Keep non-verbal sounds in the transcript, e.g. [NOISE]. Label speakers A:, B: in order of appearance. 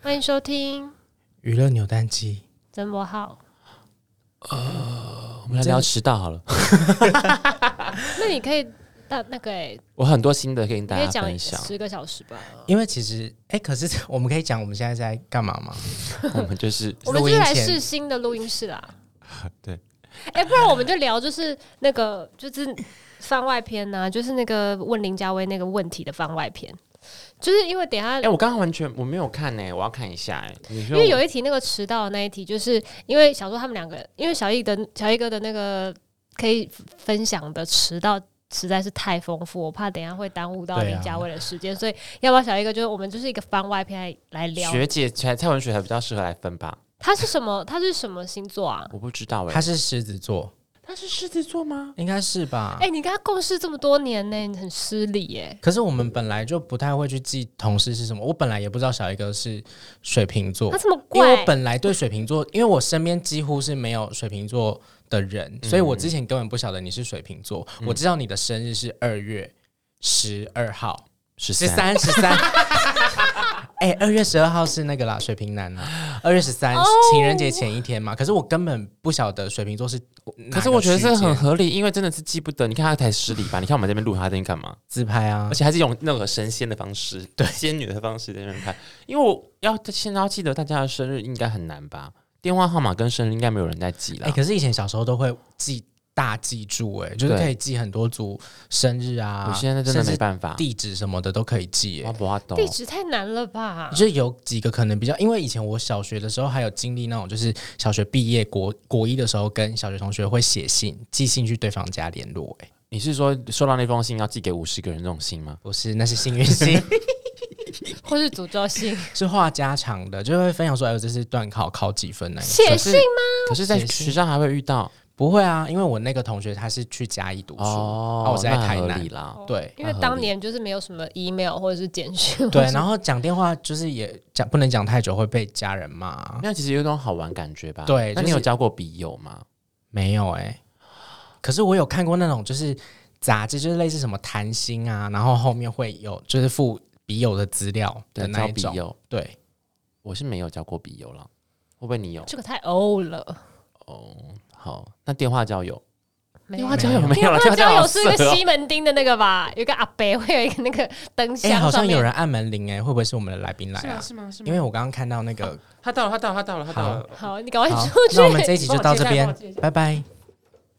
A: 欢迎收听
B: 娱乐扭蛋机，
A: 曾博浩。
C: 我们来聊迟到好了，
A: 那你可以到那个、欸，
C: 我很多新的跟
A: 你
C: 大
A: 可以
C: 家
A: 讲
C: 分享，
A: 十个小时吧。
B: 因为其实哎、可是 [LAUGHS] 我们可以讲我们现在在干嘛吗？
C: 我们就是
A: 我们就
B: 录
A: 是
B: 音
A: 来
B: 前
A: 试新的录音室啦。
C: 对，
A: 哎、不然我们就聊，就是那个，就是番外篇呐、就是那个问林家威那个问题的番外篇，就是因为等一下
C: 哎、我刚刚完全我没有看呢、我要看一下哎、你
A: 因
C: 说
A: 为有一题那个迟到的那一题，就是因为小时候他们两个，因为小易的小易哥的那个可以分享的迟到实在是太丰富，我怕等一下会耽误到
B: 对啊
A: 林家威的时间，所以要不要小易哥就是我们就是一个番外篇来来聊，
C: 学姐蔡蔡文学还比较适合来分吧，
A: 他是什么？他是什么星座啊？
C: 我不知道哎、
B: 他是狮子座，
C: 他是狮子座吗？
B: 应该是吧？
A: 哎、你跟他共事这么多年呢、你很失礼耶、
B: 可是我们本来就不太会去记同事是什么，我本来也不知道小一哥是水瓶座
A: 他，这么
B: 因为我
A: 怪，
B: 本来对水瓶座，因为我身边几乎是没有水瓶座的人，所以我之前根本不晓得你是水瓶座，我知道你的生日是二月十二号，
C: 十
B: 十
C: 三，
B: 三十三。 [LAUGHS] 哎，二月十二号是那个啦，水瓶男啊。二月十三、
A: 哦
B: 情人节前一天嘛。可是我根本不晓得水瓶座是哪个区间，
C: 可是我觉得这很合理，因为真的是记不得。你看他才失礼吧？你看我们这边录他在那边干嘛？
B: 自拍啊
C: 而。且还是用那个神仙的方式，对仙女的方式在那边拍。因为我要现在要记得大家的生日应该很难吧？电话号码跟生日应该没有人在记了。
B: 哎、可是以前小时候都会记大记住、哎，就是
C: 对
B: 可以记很多组生日啊。
C: 我现在真的
B: 甚
C: 没
B: 至
C: 办法，哦
B: 地址什么的都可以记、
C: 我
B: 哎。
C: 不懂。
A: 地址太难了吧？
B: 就有几个可能比较，因为以前我小学的时候还有经历那种，就是小学毕业国国一的时候，跟小学同学会写信寄信去对方家联络、哎，
C: 你是说收到那封信要寄给五十个人这种信吗？
B: 不是，那是幸运星。
A: 或是诅咒信？
B: 是话家常的，就会分享说，哎呦，这次段考考几分呢？
A: 写
C: 可
A: 信
C: 是
A: 吗？
C: 可是，在
B: 写信
C: 学校还会遇到
B: 不会啊，因为我那个同学他是去嘉义读书，
C: 哦
B: 啊，我是在
C: 那
B: 台
C: 合
B: 南
C: 理啦。
B: 对
A: 因为
C: 那合
A: 当
C: 理
A: 年就是没有什么 email 或者是简讯，
B: 对，然后讲电话就是也讲不能讲太久，会被家人骂啊。
C: 那其实有一种好玩感觉吧？
B: 对
C: 那
B: 就
C: 你
B: 是
C: 有交过笔友吗？
B: 没有哎、可是我有看过那种就是杂志，就是类似什么谈心啊，然后后面会有就是附笔友的资料的
C: 对，
B: 那
C: 交
B: 一
C: 笔
B: 种，
C: 友，
B: 对，
C: 我是没有交过笔友了。会不会你有？
A: 这个太 old 了。
C: 哦，好，那电话交友，
A: 没
C: 电
A: 有
C: 话交友没有
A: 电
C: 了，
A: 话
C: [LAUGHS]
A: 交友
C: 好
A: 是一
C: 色
A: 个
C: 哦
A: 西门町的那个吧？有一个阿伯会有一个那个灯
B: 哎、
A: 箱，
B: 好像
A: 上面
B: 有人按门铃哎、会不会是我们的来宾来啊？
C: 是吗？是
B: 因为我刚刚看到那个，
C: 他到了，他到了，他到了，他到了。
A: 好，你赶快
B: 好
A: 出，去。
B: 那我们这一集就到这边
C: 帮我，
B: 拜拜。